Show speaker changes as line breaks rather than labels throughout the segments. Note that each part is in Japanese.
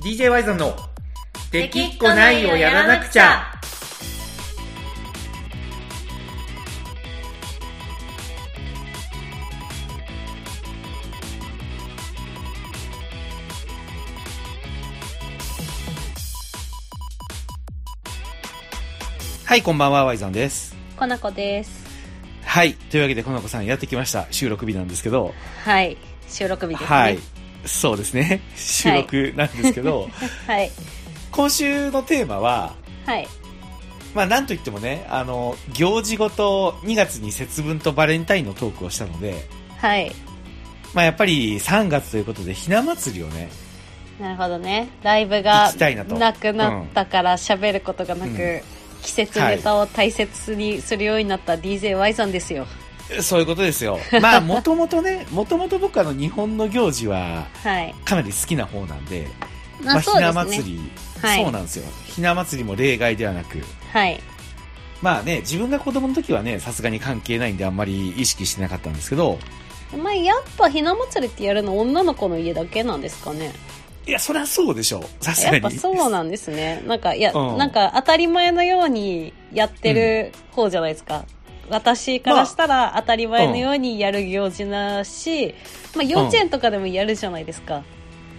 DJ ワイゾンの「できっこないをやらなくちゃ」はいこんばんはワイゾンです
コナコです
はいというわけでこの子さんやってきました収録日なんですけど
はい収録日ですね
はいそうですね収録なんですけ ど、
はい
今週のテーマは
はい
まあ、なんといってもね、あの、行事ごと2月に節分とバレンタインのトークをしたので、
はい
まあ、やっぱり3月ということで、ひな祭りをね、
なるほどねライブ
行
が
きたいなと
なくなったから喋ることがなく、
うん
季節ネタを大切にするようになった DJY さんですよ
そういうことです よ。まあ、もともとね、もともと僕あの、日本の行事は、
はい
かなり好きな方なんで、
ま
まあ、ひな
そうで
祭
すね
り、
はい
そうなんですよ。ひな祭りも例外ではなく、
はい
まあね、自分が子供の時はね、さすがに関係ないんであんまり意識してなかったんですけど、
まあやっぱひな祭りってやるの女の子の家だけなんですかね
いや、そりゃそうでしょう。さすがに。
やっぱそうなんですねなんかいや、
うん
なんか当たり前のようにやってる方じゃないですか、私からしたら当たり前のようにやる行事なし、まあ、幼稚園とかでもやるじゃないですか、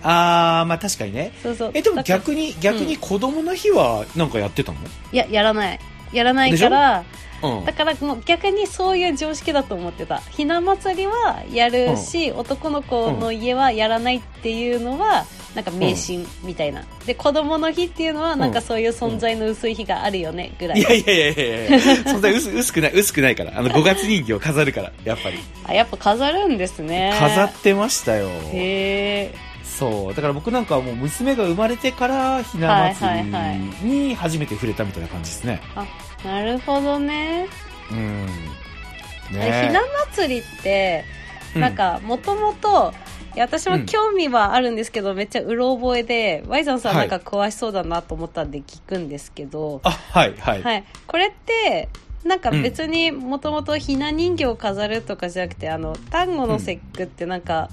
あー、まあ確かにね。
そうそう
えでも
だから
逆に逆に子供の日はなんかやってたの
いややらないやらないから
うん
だからもう逆にそういう常識だと思ってたひな祭りはやるし、男の子の家はやらないっていうのはなんか迷信みたいな、で子供の日っていうのはなんかそういう存在の薄い日があるよねぐらい、
いやいやいやいやいやそんな薄薄くない薄くないからあの5月人形飾るからやっぱり
あやっぱ飾るんですね
飾ってましたよ
へえ
そうだから僕なんかはもう娘が生まれてからひな祭
はいはいは
りに初めて触れたみたいな感じですね
なるほどね
うん
あ
ね
れひな祭りって
うん
なんかもともと私も興味はあるんですけど、めっちゃうろ覚えでワイザンさん
は
ないんか詳しそうだなと思ったんで聞くんですけど、
あはいはい、
はい、これってなんか別にもともとひな人形を飾るとかじゃなくてあの端午の節句ってなんか、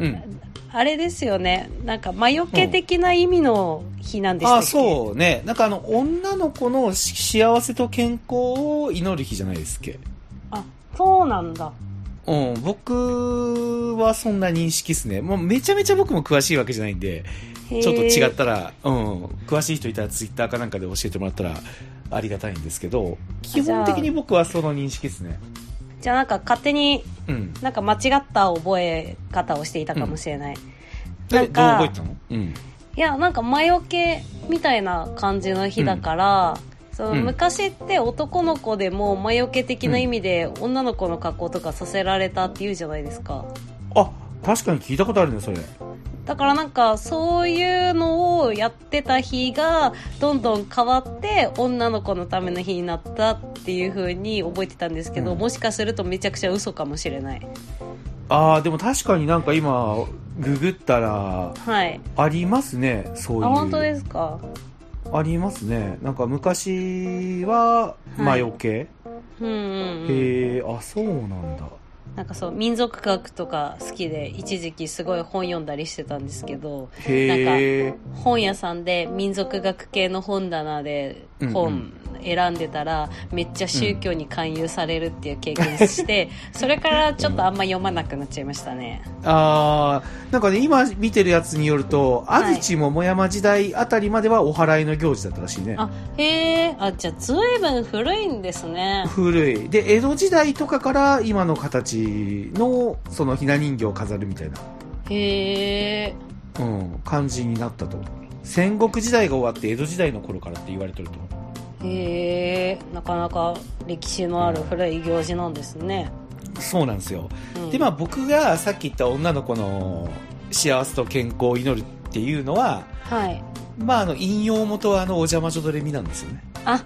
うん、
あれですよねなんか魔除け的な意味の日なんでしたっけ、
あそうねなんかあの女の子の幸せと健康を祈る日じゃないですっけ
あそうなんだ
うん、僕はそんな認識ですね。もうめちゃめちゃ僕も詳しいわけじゃないんで、
ち
ちょっと違ったら、うん、詳しい人いたらツイッターかなんかで教えてもらったらありがたいんですけど、基本的に僕はその認識ですね。
じゃあなんか勝手に
うん。
なんか間違った覚え方をしていたかもしれない、な
え
ん
どう
か
覚えたのうん。
いやなんか魔除けみたいな感じの日だから、その
うん
昔って男の子でも魔除け的な意味で女の子の格好とかさせられたっていうじゃないですか
あ、確かに聞いたことあるね、それ。
だからなんかそういうのをやってた日がどんどん変わって女の子のための日になったっていう風に覚えてたんですけ
う
ど、
ん
もしかするとめちゃくちゃ嘘かもしれない
ああ、でも確かになんか今、ググったら、
はい
ありますね、そう
あ
いう。
本当ですか
ありますね。なんか昔は、
い
魔除け。
うんうん、うん、
へえ、あ、そうなんだ。
なんかそう民族学とか好きで一時期すごい本読んだりしてたんですけど
へえ。
本屋さんで民族学系の本棚で
うんうん
本選んでたら、めっちゃ宗教に勧誘されるっていう経験して、それからちょっとあんま読まなくなっちゃいましたね
あーなんかね、今見てるやつによると、
はい
安土桃山時代あたりまではお祓いの行事だったらしいね。
あへえあじゃあずいぶん古いんですね
古い。で、江戸時代とかから今の形の、そのひな人形を飾るみたいな、
へえ
うん、感じになったと。戦国時代が終わって江戸時代の頃からって言われてると。
へえなかなか歴史のある古い行事なんですね、
そうなんですよ。
うん
で、まあ僕がさっき言った女の子の幸せと健康を祈るっていうのは、
はい
まああの、引用元はあの、お 邪魔女ドレミなんですよね。
あ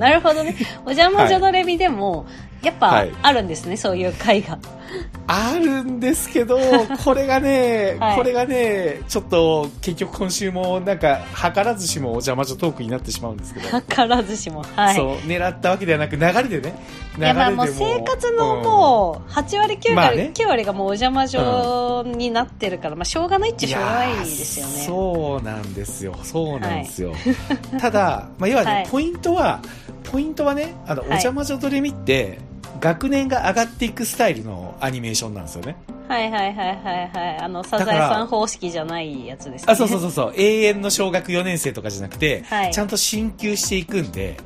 なるほどね。お邪魔女のレミでも、やっぱ
はい
あるんですね、そういう会が。
あるんですけど、これがね、
はい
これがね、ちょっと結局今週もなんか、図らずしもお邪魔女トークになってしまうんですけ ど、
図らずしも。はい。
そう、狙ったわけではなく、流れでね、
い
流れで
やまあもう生活のもう8割9割、
まあね
9割がもうお邪魔状になってるから、まあしょうがないっちゃ
い
しょう
や
が
ー
ないですよね。
そうなんですよ。そうなんですよ。 ただ、まあ、要はね、
はい
ポイントは、ポイントはね、あの、お
はい
邪魔女ドレミって、学年が上がっていくスタイルのアニメーションなんですよね。
はいはいはいはいはい。あの、サザエさん方式じゃないやつですね。
あ、そうそうそう そう。永遠の小学4年生とかじゃなくて、
はい
ちゃんと進級していくんで、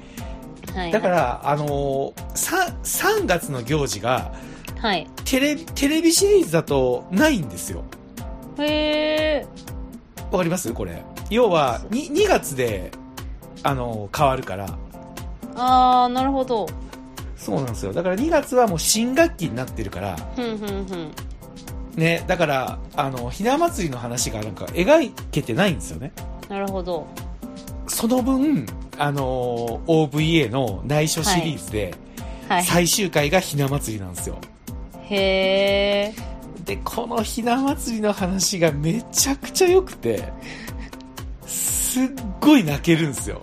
はい
だから、あのー、さ3月の行事が、
はい。
テレ、テレビシリーズだとないんですよ。
へえ。
わかりますこれ。要は、2、2月で、あのー変わるから、
あー、なるほど。
そうなんですよ。だから2月はもう新学期になってるから、
ふんふんふん。
ね、だから、あの、ひな祭りの話がなんか描けてないんですよね。
なるほど。
その分、あのー OVA の内緒シリーズで、
はい。
最終回がひな祭りなんですよ。
へえ。
で、このひな祭りの話がめちゃくちゃ良くて、すっごい泣けるんですよ。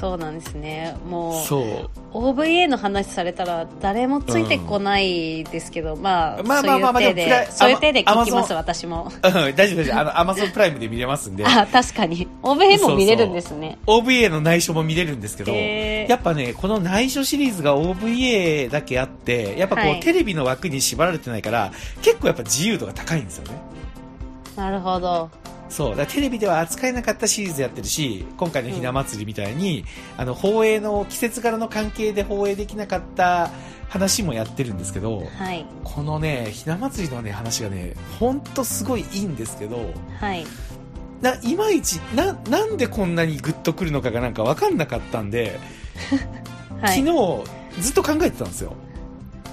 そうなんですね。もう、
そう。
OVA の話されたら誰もついてこないですけど、まあ、
まあまあまあまあ
そういう手
でも暗い
で、そういう手で
あま
聞きます、
Amazon
私も。
うん大丈夫大丈夫。あの、Amazon プライムで見れますんで、
あ、確かに。OVA も見れるんですね。
OVA の内緒も見れるんですけど、
へー
やっぱね、この内緒シリーズが OVA だけあって、やっぱこう、
はい
テレビの枠に縛られてないから、結構やっぱ自由度が高いんですよね。
なるほど。
そう。だからテレビでは扱えなかったシリーズやってるし、今回のひな祭りみたいに、あの、放映の季節柄の関係で放映できなかった話もやってるんですけど、
はい。
このね、ひな祭りのね、話がね、ほんとすごいいいんですけど、
はい。
な、いまいち、な、なんでこんなにグッとくるのかがなんかわかんなかったんで、
はい。
昨日ずっと考えてたんですよ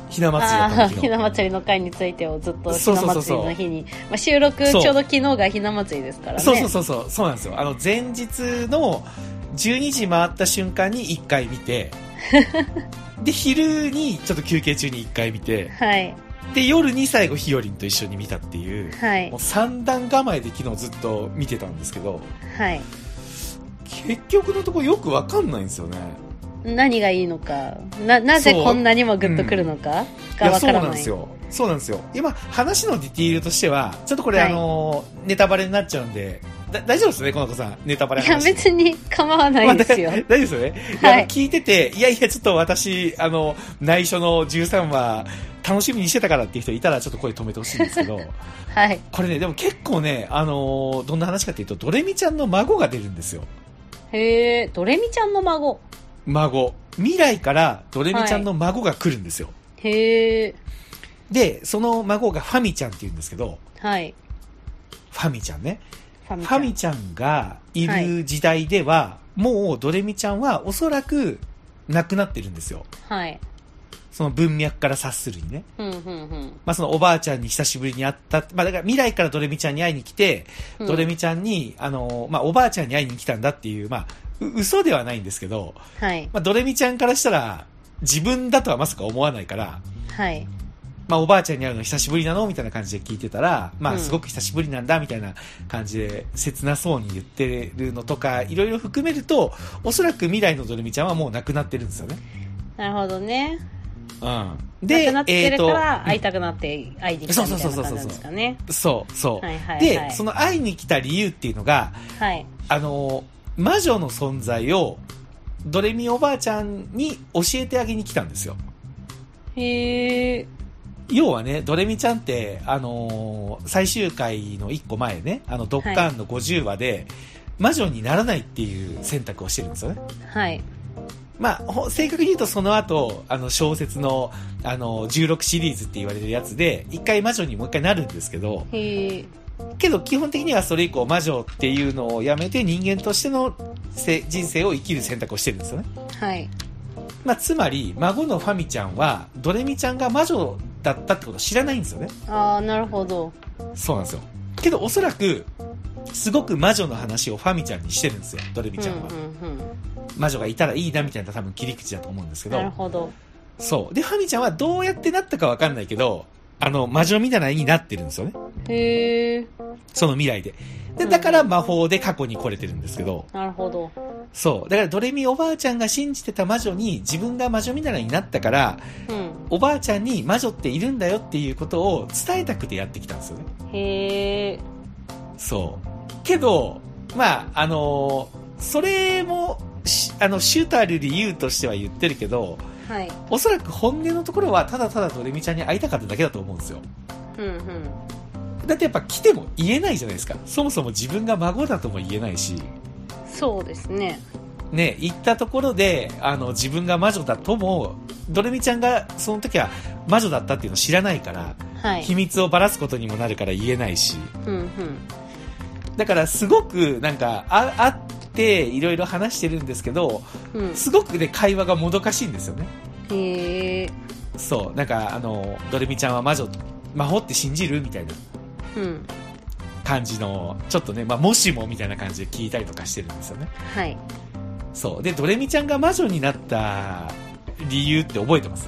ひな祭りだ
あ
っ
あ
た
ー
時
ひ
の
な祭りの会についてをずっとひ
そうそ
な
うそう
祭
そう
りの日に、まあ、収録ち
そ
ょ
う
うど昨日がひな祭りですからね
そうそうそうそうそうなんですよあの前日の12時回った瞬間に1回見 てで昼にちょっと休憩中に1回見て
はい
で夜に最後ひよりんと一緒に見たっていう
はい
もう三段構えで昨日ずっと見てたんですけど
はい
結局のところよくわかんないんですよね
何がいいのかななぜ
そう
こんなにもグッとくるのか
い
が
や
わ
そ
か
う
ら
なん
な
で
い
すよそうなんですよ今話のディティールとしてはちょっとこれ、
はい
あのネタバレになっちゃうんでだ大丈夫ですねこの子さんネタバレ
いや
話
別に構わないですよ
まあだ大 丈夫ですよね、
はい
いや聞いてていやいやちょっと私あの内緒の13話楽しみにしてたからっていう人いたらちょっと声止めてほしいんですけ ど
はい
これねでも結構ねあのどんな話かっていうとドレミちゃんの孫が出るんですよ
へえドレミちゃんの孫
孫未来からドレミちゃんの孫が来るんですよ、
へえ
でその孫がファミちゃんっていうんですけど
はい
ファミちゃんね
ファミ
フ
ちゃ
ァ
ん
ミちゃんがい
は
る
い
時代では、もうドレミちゃんはおそらく亡くなってるんですよ。
はい
その文脈から察するにね。
うんうんうん
まあそのおばあちゃんに久しぶりに会った、まあだから未来からドレミちゃんに会いに来て、
うん
ドレミちゃんに、あの、まあおばあちゃんに会いに来たんだっていう、まあう嘘ではないんですけど、
はい
まあドレミちゃんからしたら自分だとはまさか思わないから、
はい
まあ、おばあちゃんに会うの久しぶりなのみたいな感じで聞いてたら、ま
う
あ、
ん
すごく久しぶりなんだ、みたいな感じで、切なそうに言ってるのとか、いろいろ含めると、おそらく未来のドレミちゃんはもう亡くなってるんですよね。
なるほどね
うん。
で
で、
亡くなってるか
えー
ら
と
会いたくなって会いに来たみたいな感じなんですかね
そう、そう。
はいはいは
で、
い
その会いに来た理由っていうのが、
はい
あの、魔女の存在を、ドレミおばあちゃんに教えてあげに来たんですよ。
へえ
要はね、ドレミちゃんって、あのー最終回の1個前ね、あの、ドッカーンの50話で、魔女にならないっていう選択をしてるんですよね。
はい
まあ、ほ正確に言うとその後、あの、小説の、あの、16シリーズって言われるやつで、一回魔女にもう一回なるんですけど、
へえ
けど基本的にはそれ以降魔女っていうのをやめて人間としてのせ人生を生きる選択をしてるんですよね。
はい
まあ、つまり、孫のファミちゃんは、ドレミちゃんが魔女だったってことを知らないんですよね。
ああなるほど
そうなんですよ。けどおそらく、すごく魔女の話をファミちゃんにしてるんですよ、ドレミちゃんは。
うんうんうん
魔女がいたらいいなみたいな多分切り口だと思うんですけ
なる
ど、
ほど
そう。で、ファミちゃんはどうやってなったかわかんないけど、あの、魔女見習いになってるんですよね。
へえ
その未来で。で、
うん
だから魔法で過去に来れてるんですけど、
なるほど
そう。だからドレミおばあちゃんが信じてた魔女に自分が魔女見習いになったから、
うん
おばあちゃんに魔女っているんだよっていうことを伝えたくてやってきたんですよね。
へえ
そう。けど、まあ、あのーそれも、しあの、シューターる理由としては言ってるけど、
はい
おそらく本音のところはただただドレミちゃんに会いたかっただけだと思うんですよ。
うんうん
だってやっぱ来ても言えないじゃないですか。そもそも自分が孫だとも言えないし、
そうですね
ね、行ったところで、あの、自分が魔女だとも、ドレミちゃんがその時は魔女だったっていうの知らないから、
はい
秘密をばらすことにもなるから言えないし。
うんうん
だからすごくなんか、あ、あって、いろいろ話してるんですけど、
うん
すごくね、会話がもどかしいんですよね。
へえ
そう、なんかあの、ドレミちゃんは魔女、魔法って信じるみたいな
うん
感じの、ちょっとね、まあ、もしもみたいな感じで聞いたりとかしてるんですよね。
はい
そう。で、ドレミちゃんが魔女になった理由って覚えてます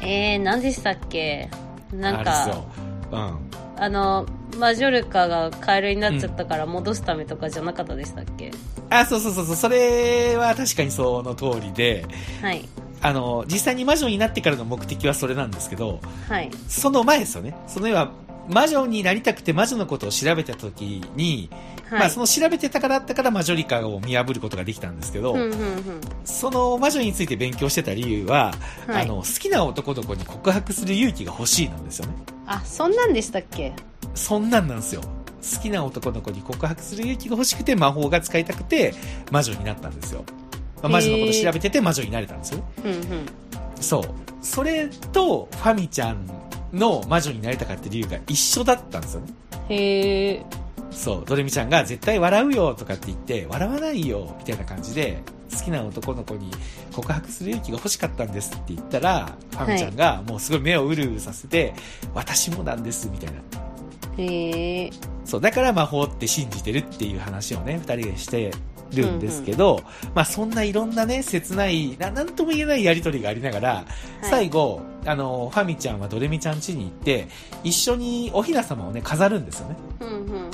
えー、何でしたっけなん
あれです
か
よ。うん。
あのマジョルカがカエルになっちゃったから戻すためとかじゃなかったでしたっけ、
あ、そうそうそうそう、それは確かにその通りで、
はい
あの、実際に魔女になってからの目的はそれなんですけど、
はい
その前ですよね。その要は、魔女になりたくて魔女のことを調べた時に、
はい、
まあその調べてたからだったから魔女リカを見破ることができたんですけど、
うんうんうん
その魔女について勉強してた理由は、
はい
あの、好きな男の子に告白する勇気が欲しいなんですよね。
あそんなんでしたっけ
そんなんなんですよ。好きな男の子に告白する勇気が欲しくて魔法が使いたくて魔女になったんですよ。まあ魔女のこと調べてて魔女になれたんですよね。
うんうん
そう。それとファミちゃんの魔女になりたかった理由が一緒だったんですよね。
へえ
そう。ドレミちゃんが絶対笑うよとかって言って、笑わないよみたいな感じで、好きな男の子に告白する勇気が欲しかったんですって言ったら、ファミちゃんがもうすごい目をうるうるさせて、私もなんですみたいな。
へえ
そう、だから魔法って信じてるっていう話をね、二人でしてるんですけど、まあそんないろんなね、切ない、ななんとも言えないやりとりがありながら、最後、あの、ファミちゃんはドレミちゃん家に行って、一緒におひな様をね、飾るんですよね。
うんうんうん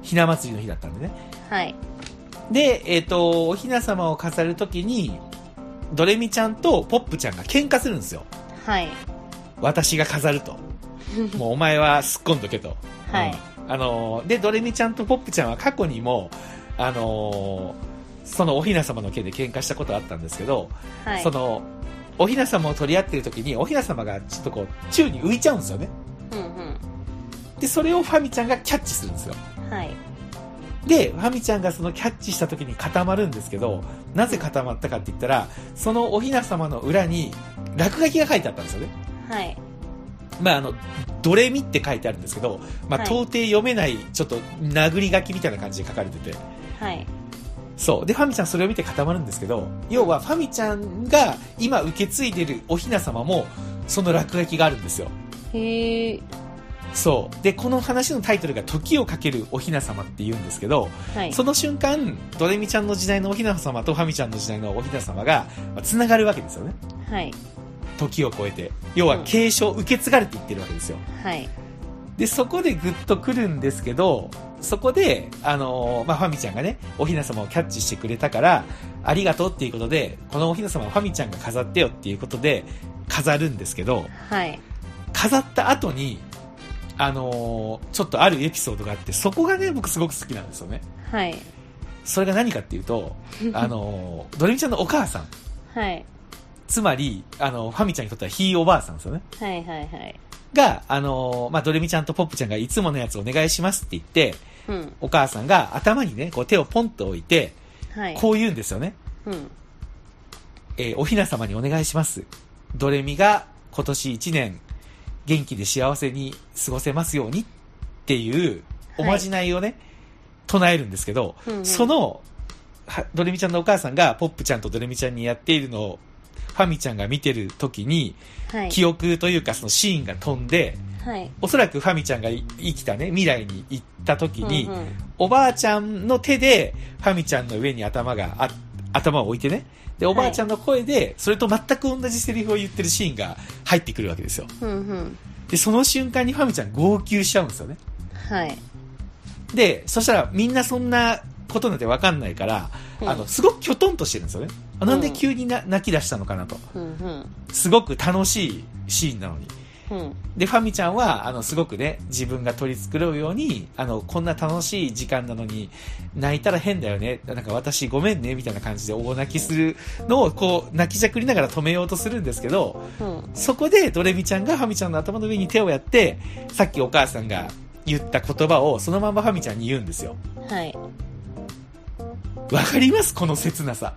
ひな祭りの日だったんでね。
はい
で、えっ、と、おひな様を飾るときに、ドレミちゃんとポップちゃんが喧嘩するんですよ。
はい
私が飾ると。もうお前はすっこんどけと。
はい
うんあのーで、ドレミちゃんとポップちゃんは過去にも、あのーそのおひな様の件で喧嘩したことあったんですけど、
はい
その、おひな様を取り合ってる時に、おひな様がちょっとこう、宙に浮いちゃうんですよね。
うんう
で、それをファミちゃんがキャッチするんですよ。
んはい
で、ファミちゃんがそのキャッチした時に固まるんですけど、なぜ固まったかって言ったら、そのおひな様の裏に落書きが書いてあったんですよね。
はい
まあ、あの、ドレミって書いてあるんですけど、まあ、
はい
到底読めない、ちょっと殴り書きみたいな感じで書かれてて。
はい
そう。で、ファミちゃんそれを見て固まるんですけど、要はファミちゃんが今受け継いでるお雛様も、その落書きがあるんですよ。
へえ
そう。で、この話のタイトルが時をかけるお雛様って言うんですけど、
はい
その瞬間、ドレミちゃんの時代のお雛様とファミちゃんの時代のお雛様が、まあ繋がるわけですよね。
はい
時を超えて。要は継承、受け継がれていってるわけですよ。
はい
で、そこでグッとくるんですけど、そこで、あのーまあ、ファミちゃんがね、おひな様をキャッチしてくれたから、ありがとうっていうことで、このおひな様をファミちゃんが飾ってよっていうことで、飾るんですけど、
はい
飾った後に、あのーちょっとあるエピソードがあって、そこがね、僕すごく好きなんですよね。
はい
それが何かっていうと、あのードレミちゃんのお母さん、
はい
つまり、あのーファミちゃんにとってはひいおばあさんですよね。
はいはいはい
が、あのーまあ、ドレミちゃんとポップちゃんがいつものやつお願いしますって言って、
うん
お母さんが頭にね、こう手をポンと置いて、
はい
こう言うんですよね。
うん
えーおひな様にお願いします。ドレミが今年一年、元気で幸せに過ごせますようにっていう、おまじないをね、唱えるんですけど、
うんうん
その、はドレミちゃんのお母さんが、ポップちゃんとドレミちゃんにやっているのを、ファミちゃんが見てる時に、
はい
記憶というかそのシーンが飛んで、
はい
おそらくファミちゃんがい生きたね、未来に行った時に、
うんうん
おばあちゃんの手で、ファミちゃんの上に頭があ、頭を置いてね。で、おばあちゃんの声で、それと全く同じセリフを言ってるシーンが入ってくるわけですよ。
うんうん。
で、その瞬間にファミちゃん号泣しちゃうんですよね。
はい。
で、そしたらみんなそんなことなんてわかんないから、
うん
あの、すごくきょとんとしてるんですよね。あなんで
うん
急にな泣き出したのかなと。
うんうん。
すごく楽しいシーンなのに。
うん。
で、ファミちゃんは、あの、すごくね、自分が取り繕うように、あの、こんな楽しい時間なのに、泣いたら変だよね。なんか私ごめんね、みたいな感じで大泣きするのを、こう、泣きじゃくりながら止めようとするんですけど、
うん。
そこでドレミちゃんがファミちゃんの頭の上に手をやって、さっきお母さんが言った言葉をそのままファミちゃんに言うんですよ。
はい。
わかりますこの切なさ。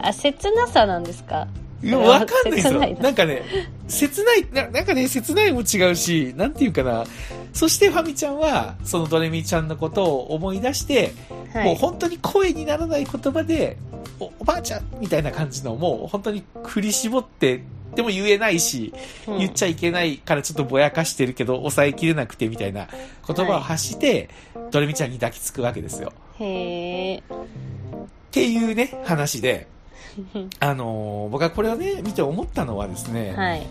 あ、切なさなんですか
いや、わかんないです
切
よ。
ないな
なんかね、切ないな、なんかね、切ないも違うし、なんていうかな。そしてファミちゃんは、そのドレミちゃんのことを思い出して、
は
もう
い。
本当に声にならない言葉で、おおばあちゃんみたいな感じの、もう本当に振り絞って、でも言えないし、
うん
言っちゃいけないからちょっとぼやかしてるけど、抑えきれなくてみたいな言葉を発して、ドレミちゃんに抱きつくわけですよ。
へえ。
っていうね、話で、あのー僕はこれをね、見て思ったのはですね、
はい。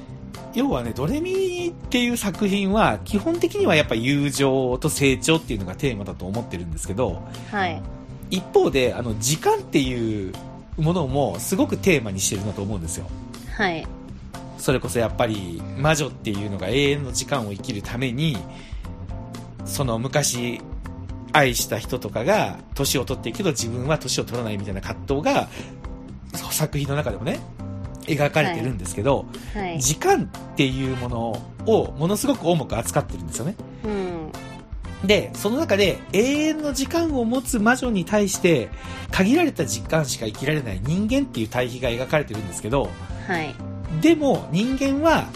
要はね、ドレミっていう作品は、基本的にはやっぱ友情と成長っていうのがテーマだと思ってるんですけど、
はい。
一方で、あの、時間っていうものもすごくテーマにしてるなと思うんですよ。
はい。
それこそやっぱり、魔女っていうのが永遠の時間を生きるために、その昔、愛した人とかが、年を取っていくけど自分は年を取らないみたいな葛藤が、作品の中でもね、描かれてるんですけど、
はい。
時間っていうものをものすごく重く扱ってるんですよね。
うん。
で、その中で永遠の時間を持つ魔女に対して限られた時間しか生きられない人間っていう対比が描かれてるんですけど、
はい。
でも人間は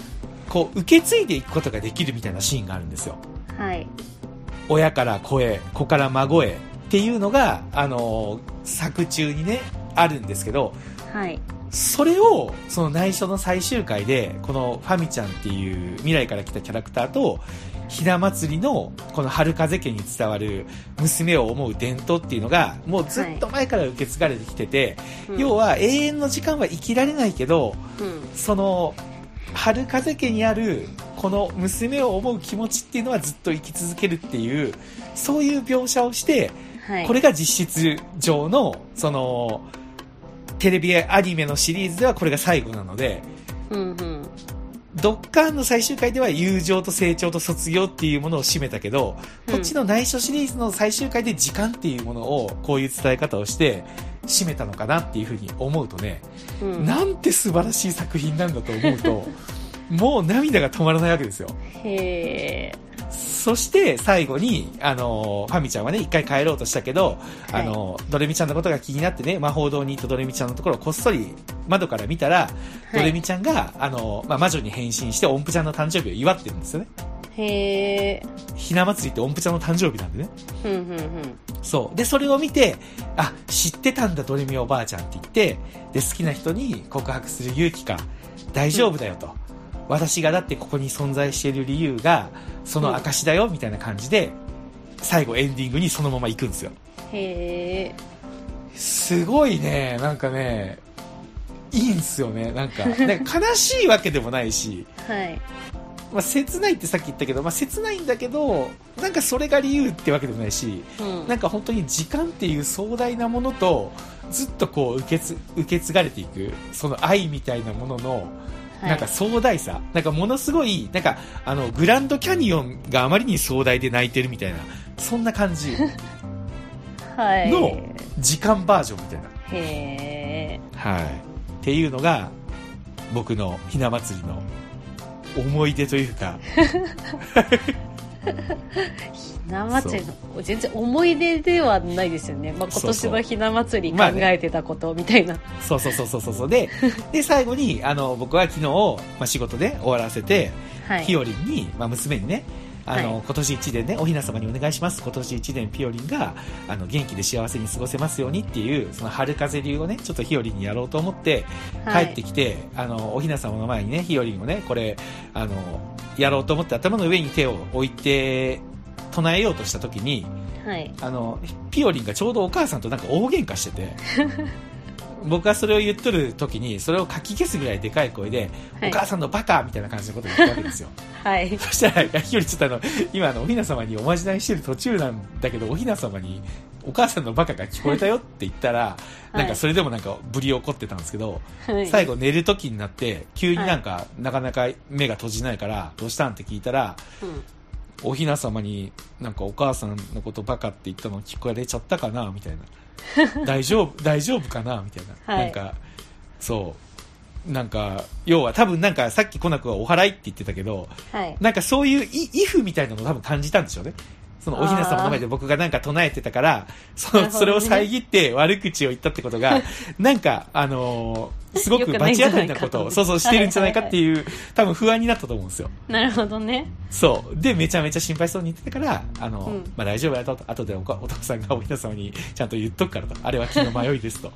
こう受け継いでいくことができるみたいなシーンがあるんですよ。
はい。
親から子へ、子から孫へっていうのが、あのー作中にね、あるんですけど、
はい。
それを、その内緒の最終回で、このファミちゃんっていう未来から来たキャラクターと、ひな祭りの、この春風家に伝わる娘を思う伝統っていうのが、もうずっと前から受け継がれてきてて、
うん
要、は永遠の時間は生きられないけど、
うん。
その、春風家にある、この娘を思う気持ちっていうのはずっと生き続けるっていう、そういう描写をして、
はい。
これが実質上の、その、テレビやアニメのシリーズではこれが最後なので、
うんうん。
ドッカーンの最終回では友情と成長と卒業っていうものを占めたけど、こっちの内緒シリーズの最終回で時間っていうものをこういう伝え方をして占めたのかなっていうふうに思うとね、
うん、
なんて素晴らしい作品なんだと思う と、もう涙が止まらないわけですよ。
へえ。
そして最後に、あのーファミちゃんはね、一回帰ろうとしたけど、
はい
あのードレミちゃんのことが気になってね、魔法堂に行ったドレミちゃんのところをこっそり窓から見たら、ドレミちゃんが、あのーまあ、魔女に変身して音符ちゃんの誕生日を祝ってるんですよね。
へえ。
ひな祭りって音符ちゃんの誕生日なんでね。
うんうんうん。
そう。で、それを見て、あ、知ってたんだ、ドレミおばあちゃんって言って、で、好きな人に告白する勇気か、大丈夫だよと。私がだってここに存在している理由が、その証だよ、みたいな感じで、最後エンディングにそのまま行くんですよ。
へえ。
すごいね、なんかね、いいんすよね、 なんか。なんか悲しいわけでもないし、
はい。
まあ、切ないってさっき言ったけど、まあ、切ないんだけど、なんかそれが理由ってわけでもないし、
うん。
なんか本当に時間っていう壮大なものと、ずっとこう受けつ受け継がれていく、その愛みたいなものの、
はい
なんか壮大さ、なんかものすごい、なんかあの、グランドキャニオンがあまりに壮大で泣いてるみたいな、そんな感じ
はい。
の時間バージョンみたいな。
へえ。
はい。っていうのが、僕のひな祭りの思い出というか、
ひな祭りの全然思い出ではないですよね、まあ、今
そう
年
そう
のひな祭り考えてたことみたいな、
そうそうそうそうそうそう。で、で、最後に、あの、僕は昨日、まあ、仕事で終わらせて、
はい
ピオリンに、まあ、娘にね、あの、
は
今年一年ね、おひな様にお願いします。今年一年ピオリンが、あの、元気で幸せに過ごせますようにっていう、その春風流をね、ちょっとひよりんにやろうと思って、帰
はい
ってきて、あの、おひな様の前にね、ひよりんをね、これ、あの、やろうと思って頭の上に手を置いて、唱えようとした時に、
はい。
あの、ピオリンがちょうどお母さんとなんか大喧嘩して て、僕がそれを言っとる時に、それをかき消すぐらいでかい声で、
はい
お母さんのバカみたいな感じのことを言ったわけですよ。
はい。
そしたら、いやひよりちょっとあの、今あの、おひな様におまじないしてる途中なんだけど、おひな様に、お母さんのバカが聞こえたよって言ったら、
い
なんかそれでもなんかぶり怒ってたんですけど、
はい。
最後寝る時になって、急になんか、なかなか目が閉じないから、どうしたんって聞いたら、
うん
おひな様になんかお母さんのことバカって言ったの聞こえれちゃったかなみたいな大丈 夫大丈夫かなみたいな、
はい
なんかそうなんか要は多分なんかさっきコナクはお祓いって言ってたけど
はい。
なんかそういういイフみたいなのを多分感じたんでしょうねそのおひな様の前で僕がなんか唱えてたからそ,、
なる
そ
ほど
れ
ね
を遮って悪口を言ったってこと がなんかあのーすごく
よくない
罰
んじゃ
当た
な
り
いか
な
と
ことをそうそうしてるんじゃないかって いう多分不安になったと思うんですよ
なるほどね。
そう。で、めちゃめちゃ心配そうに言ってたから、あの、
うん
まあ大丈夫やと、後でおかお父さんがおひな様にちゃんと言っとくからと、あれは気の迷いです と。っ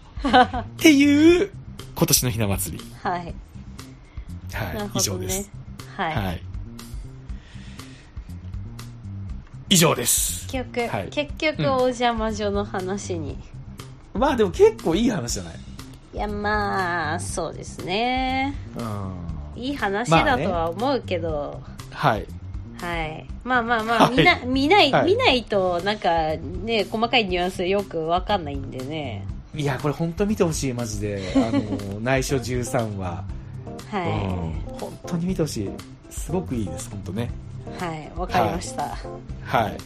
ていう、今年のひな祭り。
は
は
い。
い。
なるほどね。
以上です。。
はい。
はい。以上です。
結局、
はい
結
うん
局お邪魔女の話に、
まあでも結構いい話じゃない
いやまあそうですね
うん。
いい話
まあ
だ
ね
とは思うけど、
はい。
はいまあまあまあ、
はい
見な見ない、
はい
見ないとなんかね細かいニュアンスよくわかんないんでね
いや、これ本当見てほしい、マジで。あ の、内緒13話。うん
は。
本当に見てほしい。すごくいいです、本当ね。
い、はいわかりました、
はい。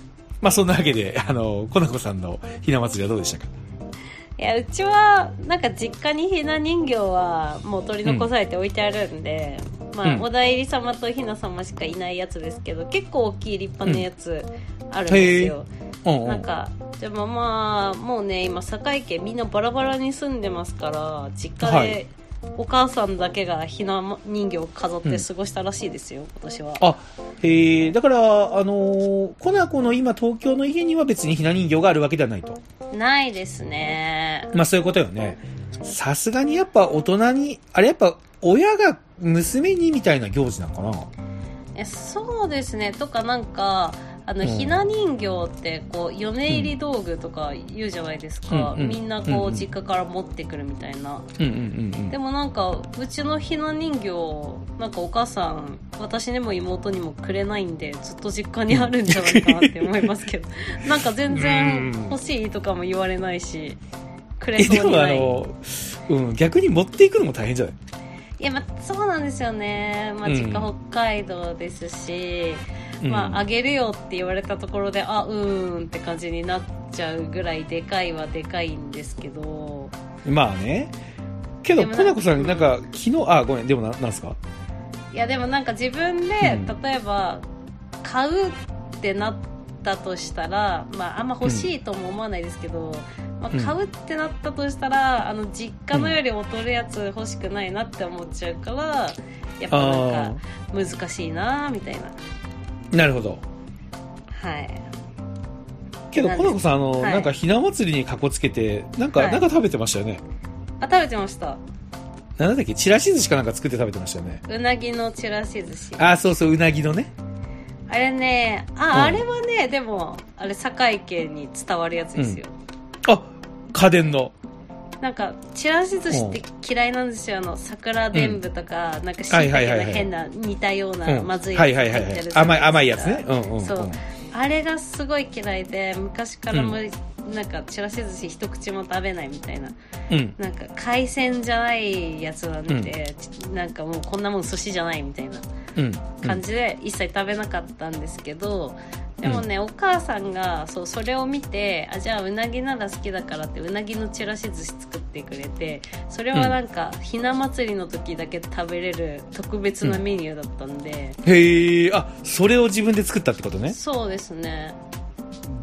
まあそんなわけで、あの、コナコさんのひな祭りはどうでしたか
い、やうちはなんか実家にひな人形はもう取り残されて置いてあるんで、まあ、
うん
おだいり様とひな様しかいないやつですけど結構大きい立派なやつあるんですよ、
うん
なんかでもまあもうね今堺家みんなバラバラに住んでますから実家
は
で
い
お母さんだけがひな人形を飾っ
う
て
ん
過ごしたらしいですよ、今年は
あ、へえ、だから、あのーコナコの今東京の家には別にひな人形があるわけではないと。
ないですね
まあそういうことよね。さすがにやっぱ大人に、あれやっぱ親が娘にみたいな行事なのかな
えそうですねとかなんかあの、
うん
ひな人形ってこう米入り道具とか言うじゃないですか、
うんうん
みんな
うん
こ
うん
う実家から持ってくるみたいな、
うんうんうん
でもなんかうちのひな人形なんかお母さん私にも妹にもくれないんでずっと実家にあるんじゃないかなって思います けどなんか全然
うん
欲しいとかも言われないしくれ
え、で
そうに
もあ
ない
の、うん、逆に持っていくのも大変じゃない
いや、まあ、そうなんですよね、まあ、
うん
実家北海道ですし、
うん
まああげるよって言われたところであうーんって感じになっちゃうぐらいでかいはでかいんですけど
まあね。けど、
でもな
コナコさん、なんか、昨日、あ、ごめん、でもな、なんすか
いやでもなんか自分で、
うん
例えば買うってなったとしたら、まあ、あんま欲しいとも思わないですけど、まあ、
うん
買うってなったとしたら、あの実家のより劣るやつ欲しくないなって思っちゃうからやっぱな
あ
んか難しいなみたいな
あ、なるほど。
はい
けど、
なん
コ
で
ナコさん、あの、
はい
なんか、ひな祭りにかこつけて、なんか、
はい
なんか食べてましたよね。
あ食べてました
なんだっけ、ちらし寿司かなんか作って食べてましたよね。
うなぎのちらし寿司
あ、そうそう、うなぎのね。
あれねあ、
ん
あれはねでもあれ堺家に伝わるやつですよ、
あ、家電の。
なんかちらし寿司って嫌いなんですよあの桜伝舞とか、なんかしいた
はいはい
け
はい
の
はい
変な似たような、
うん。
まずいや
は
つ
い
が
は
入
い
っ
は
て
い
る
は
じゃない
い
で。すか
甘い、甘いやつね。うんうん、うん。
そうあれがすごい嫌いで昔からもう、なんかちらし寿司一口も食べないみたいな
うん。
なんか海鮮じゃないやつなんで、ちなんかもうこんなもん寿司じゃないみたいな
うん。
感じで一切食べなかったんですけど、でもねお母さんがそうそれを見てあじゃあうなぎなら好きだからってうなぎのちらし寿司作ってくれてそれはなんか、ひな祭りの時だけ食べれる特別なメニューだったんで、
へえ、あ、それを自分で作ったってことね。
そうです ね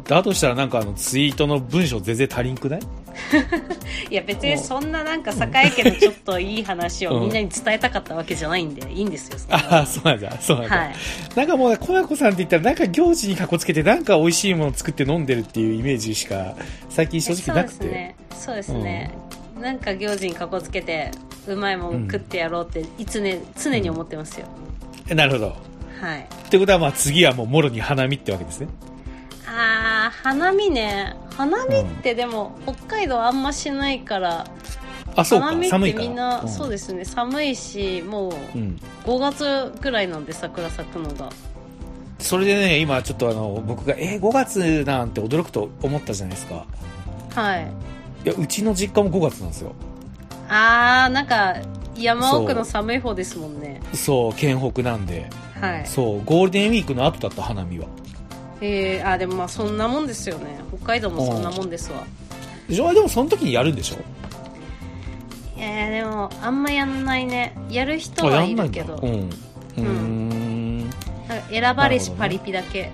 だとしたら、なんか、あの、ツイートの文章全然足りんくない
いや別にそんななんか堺家のちょっといい話をみんなに伝えたかったわけじゃないんでいいんですよそれは
あ、そうなんだ、そうなんだ。
はい
なんかもう、コナコさんって言ったら、なんか行事にかこつけて、なんか美味しいものを作って飲んでるっていうイメージしか、最近正直なくて。
そうですねそうですね、なんか行事にかこつけてうまいもん食ってやろうっていつ、ね、常に思ってますよ、
なるほど。
はい
ってことは、まあ、次はもう、もろに花見ってわけですね。
あー花見ね花見ってでも、北海道あんましないから
あ、そう
花見
か、
っ
寒
て
いから。
みんな、そう
で
ですね寒いしもう
うん。
5月ぐらいなんで桜咲くのが
それでね、今ちょっとあの、僕が、えー、5月なんて驚くと思ったじゃないですか。
はい
いや、うちの実家も5月なんですよ。
あーなんか山奥
そ
の
う
寒い方ですもんね
そう、県北なんで。
はい
そう、ゴールデンウィークの後だった、花見は。
えー、あーでもまあそんなもんですよね北海道もそんなもんですわ
でしょでもその時にやるんでしょ
えー、でもあんまやんないねやる人はいるけど
あやんないんだうん。うーん。
なんか選ばれ
なるほ
し
どね
パリピだけ、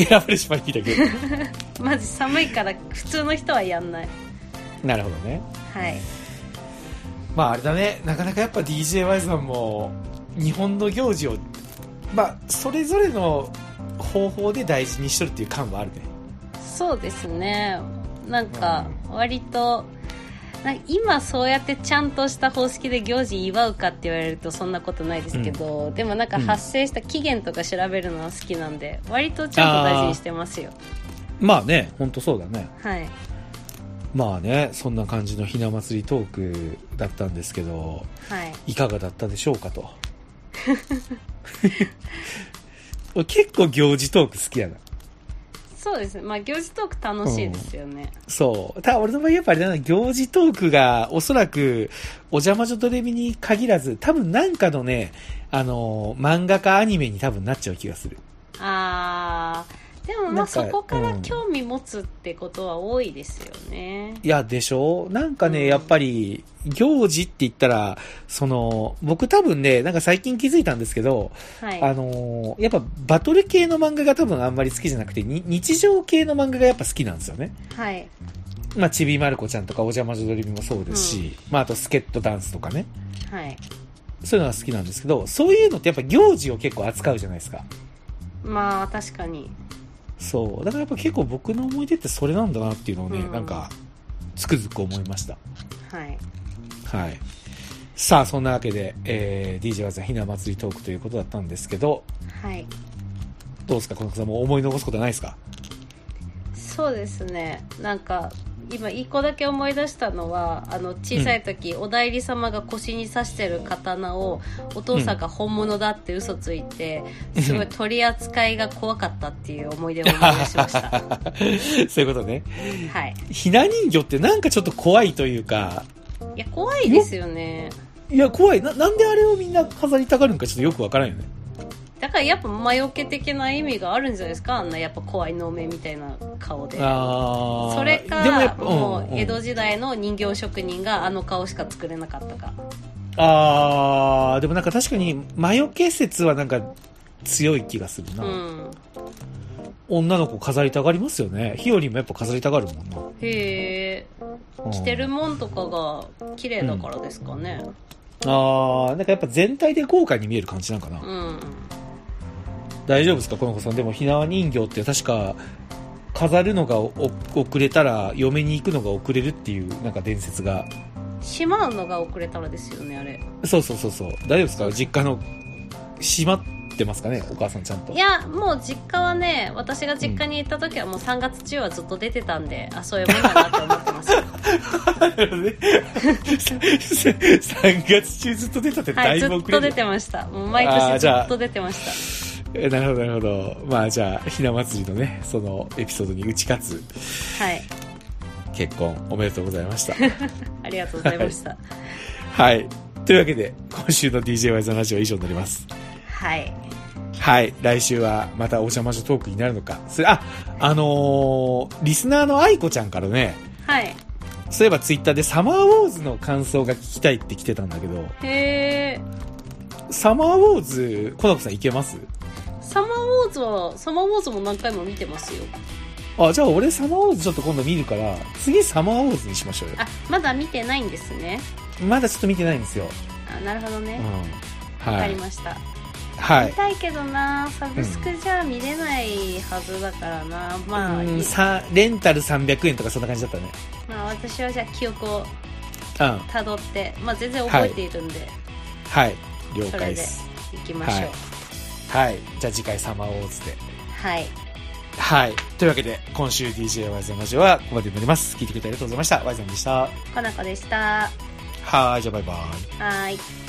選ばれしまいだけど。
マジ寒いから普通の人はやんない
なるほどね。
はい
まああれだね、なかなかやっぱ DJY さんも、日本の行事を、まあ、それぞれの方法で大事にしとるっていう感はあるね。
そうですねなんか割となんか今そうやってちゃんとした方式で行事祝うかって言われるとそんなことないですけど、でもなんか発生した期限とか調べるのは好きなんで割とちゃんと大事にしてますよ
まあね、ほんとそうだね。
はい
まあね、そんな感じのひな祭りトークだったんですけど、
はい
いかがだったでしょうかと。俺結構行事トーク好きやな。
そうですねまあ行事トーク楽しいですよね、
そう。ただ俺の場合やっぱりね、行事トークがおそらく、お邪魔女ドレミに限らず、多分なんかのね、あのー漫画かアニメに多分なっちゃう気がする。
あーでもま
なん
あ
か
そこか
う
ら
ん
興味持つってことは多いですよね、
いや、でしょなんかね、
うん
やっぱり、行事って言ったら、その、僕多分ね、なんか最近気づいたんですけど、
はい
あのーやっぱバトル系の漫画が多分あんまり好きじゃなくて、に日常系の漫画がやっぱ好きなんですよね。
はい
まあ、ちびまる子ちゃんとかお邪魔女ドレミもそうですし、まあ、あとスケットダンスとかね。
はい
そういうのが好きなんですけど、そういうのってやっぱ行事を結構扱うじゃないですか。
まあ確かに
そう。だからやっぱ結構僕の思い出ってそれなんだなっていうのをね、
うん
なんか、つくづく思いました。
はい
はい。さあ、そんなわけで、えー、DJ ワザひな祭りトークということだったんですけど、
はい
どうですか、この方もう思い残すことはないですか
そうですねなんか今一個だけ思い出したのはあの小さい時、お代理様が腰に刺してる刀をお父さんが本物だって嘘ついて、すごい取り扱いが怖かったっていう思い出を思い出しましたは
そういうことね。
い
ひな人形ってなんかちょっと怖いというか、
いや怖いですよね
いや、怖い。な、なんであれをみんな飾りたがるんかちょっとよくわからんよね。
だからやっぱ魔除け的な意味があるんじゃないですかあんなやっぱ怖い能面みたいな顔で
あー
それか
でもやっぱ、
も
ん
う江戸時代の人形職人があの顔しか作れなかったか
あー、でもなんか確かに、魔除け説はなんか強い気がするな。
うん
女の子飾りたがりますよね。日和もやっぱ飾りたがるもんな。
へえ着てる
うん
もんとかが綺麗だからですかね
あー、なんかやっぱ全体で豪華に見える感じなんかな。
うん、
大丈夫ですかこの子さん。でも、ひなわ人形って確か、飾るのがおお遅れたら、嫁に行くのが遅れるっていう、なんか伝説が。
しまうのが遅れたらですよねあれ
そうそうそうそう。大丈夫ですか実家の、閉まってますかねお母さんちゃんと。
いやもう実家はね私が実家に行った時はもう3月中はずっと出てたんであそういうもんだなって思って ます
なるほどね3月中ずっと出たって
は
だ
いず
い
っ
ぶ遅
と
れ
出
る、
てましたもう毎
あー
年ず
じゃあ
っと出てました
えなるほどなるほどまあじゃあひな祭りのねそのエピソードに打ち勝つ
はい
結婚おめでとうござい ました
ありがとうございました
はいというわけで今週の DJY ザラジオは以上になります
はい
はい来週はまたお邪魔女トークになるのかそれああのーリスナーの愛子ちゃんからね
はい
そういえばツイッターでサマーウォーズの感想が聞きたいって来てたんだけど
へえ
サマーウォーズコナコさんいけます
サマーウォーズはサマーウォーズも何回も見てますよ
あ、じゃあ俺サマーウォーズちょっと今度見るから、次サマーウォーズにしましょうよ。
あまだ見てないんですね
まだちょっと見てないんですよ。
あなるほど
う
ね
ん。
わ
は
かり
い。
ました、
は
見
い。
たいけどなサブスクじゃ見れないはずだからな、まあ、
うん
いい
さ、レンタル300円とかそんな感じだったね。
まあ私はじゃあ記憶を
うん。
たどって、まあ、全然覚えているんで、
はい。了解です。
行きましょう
はい。じゃあ次回サマーウォーズで。
はい、
はい。というわけで、今週 DJ ワイザンラジオはここまでになります。聞いてくれてありがとうございました。ワイザンでした。
かなこでした。
はーい、じゃあバイバイ。
はーい。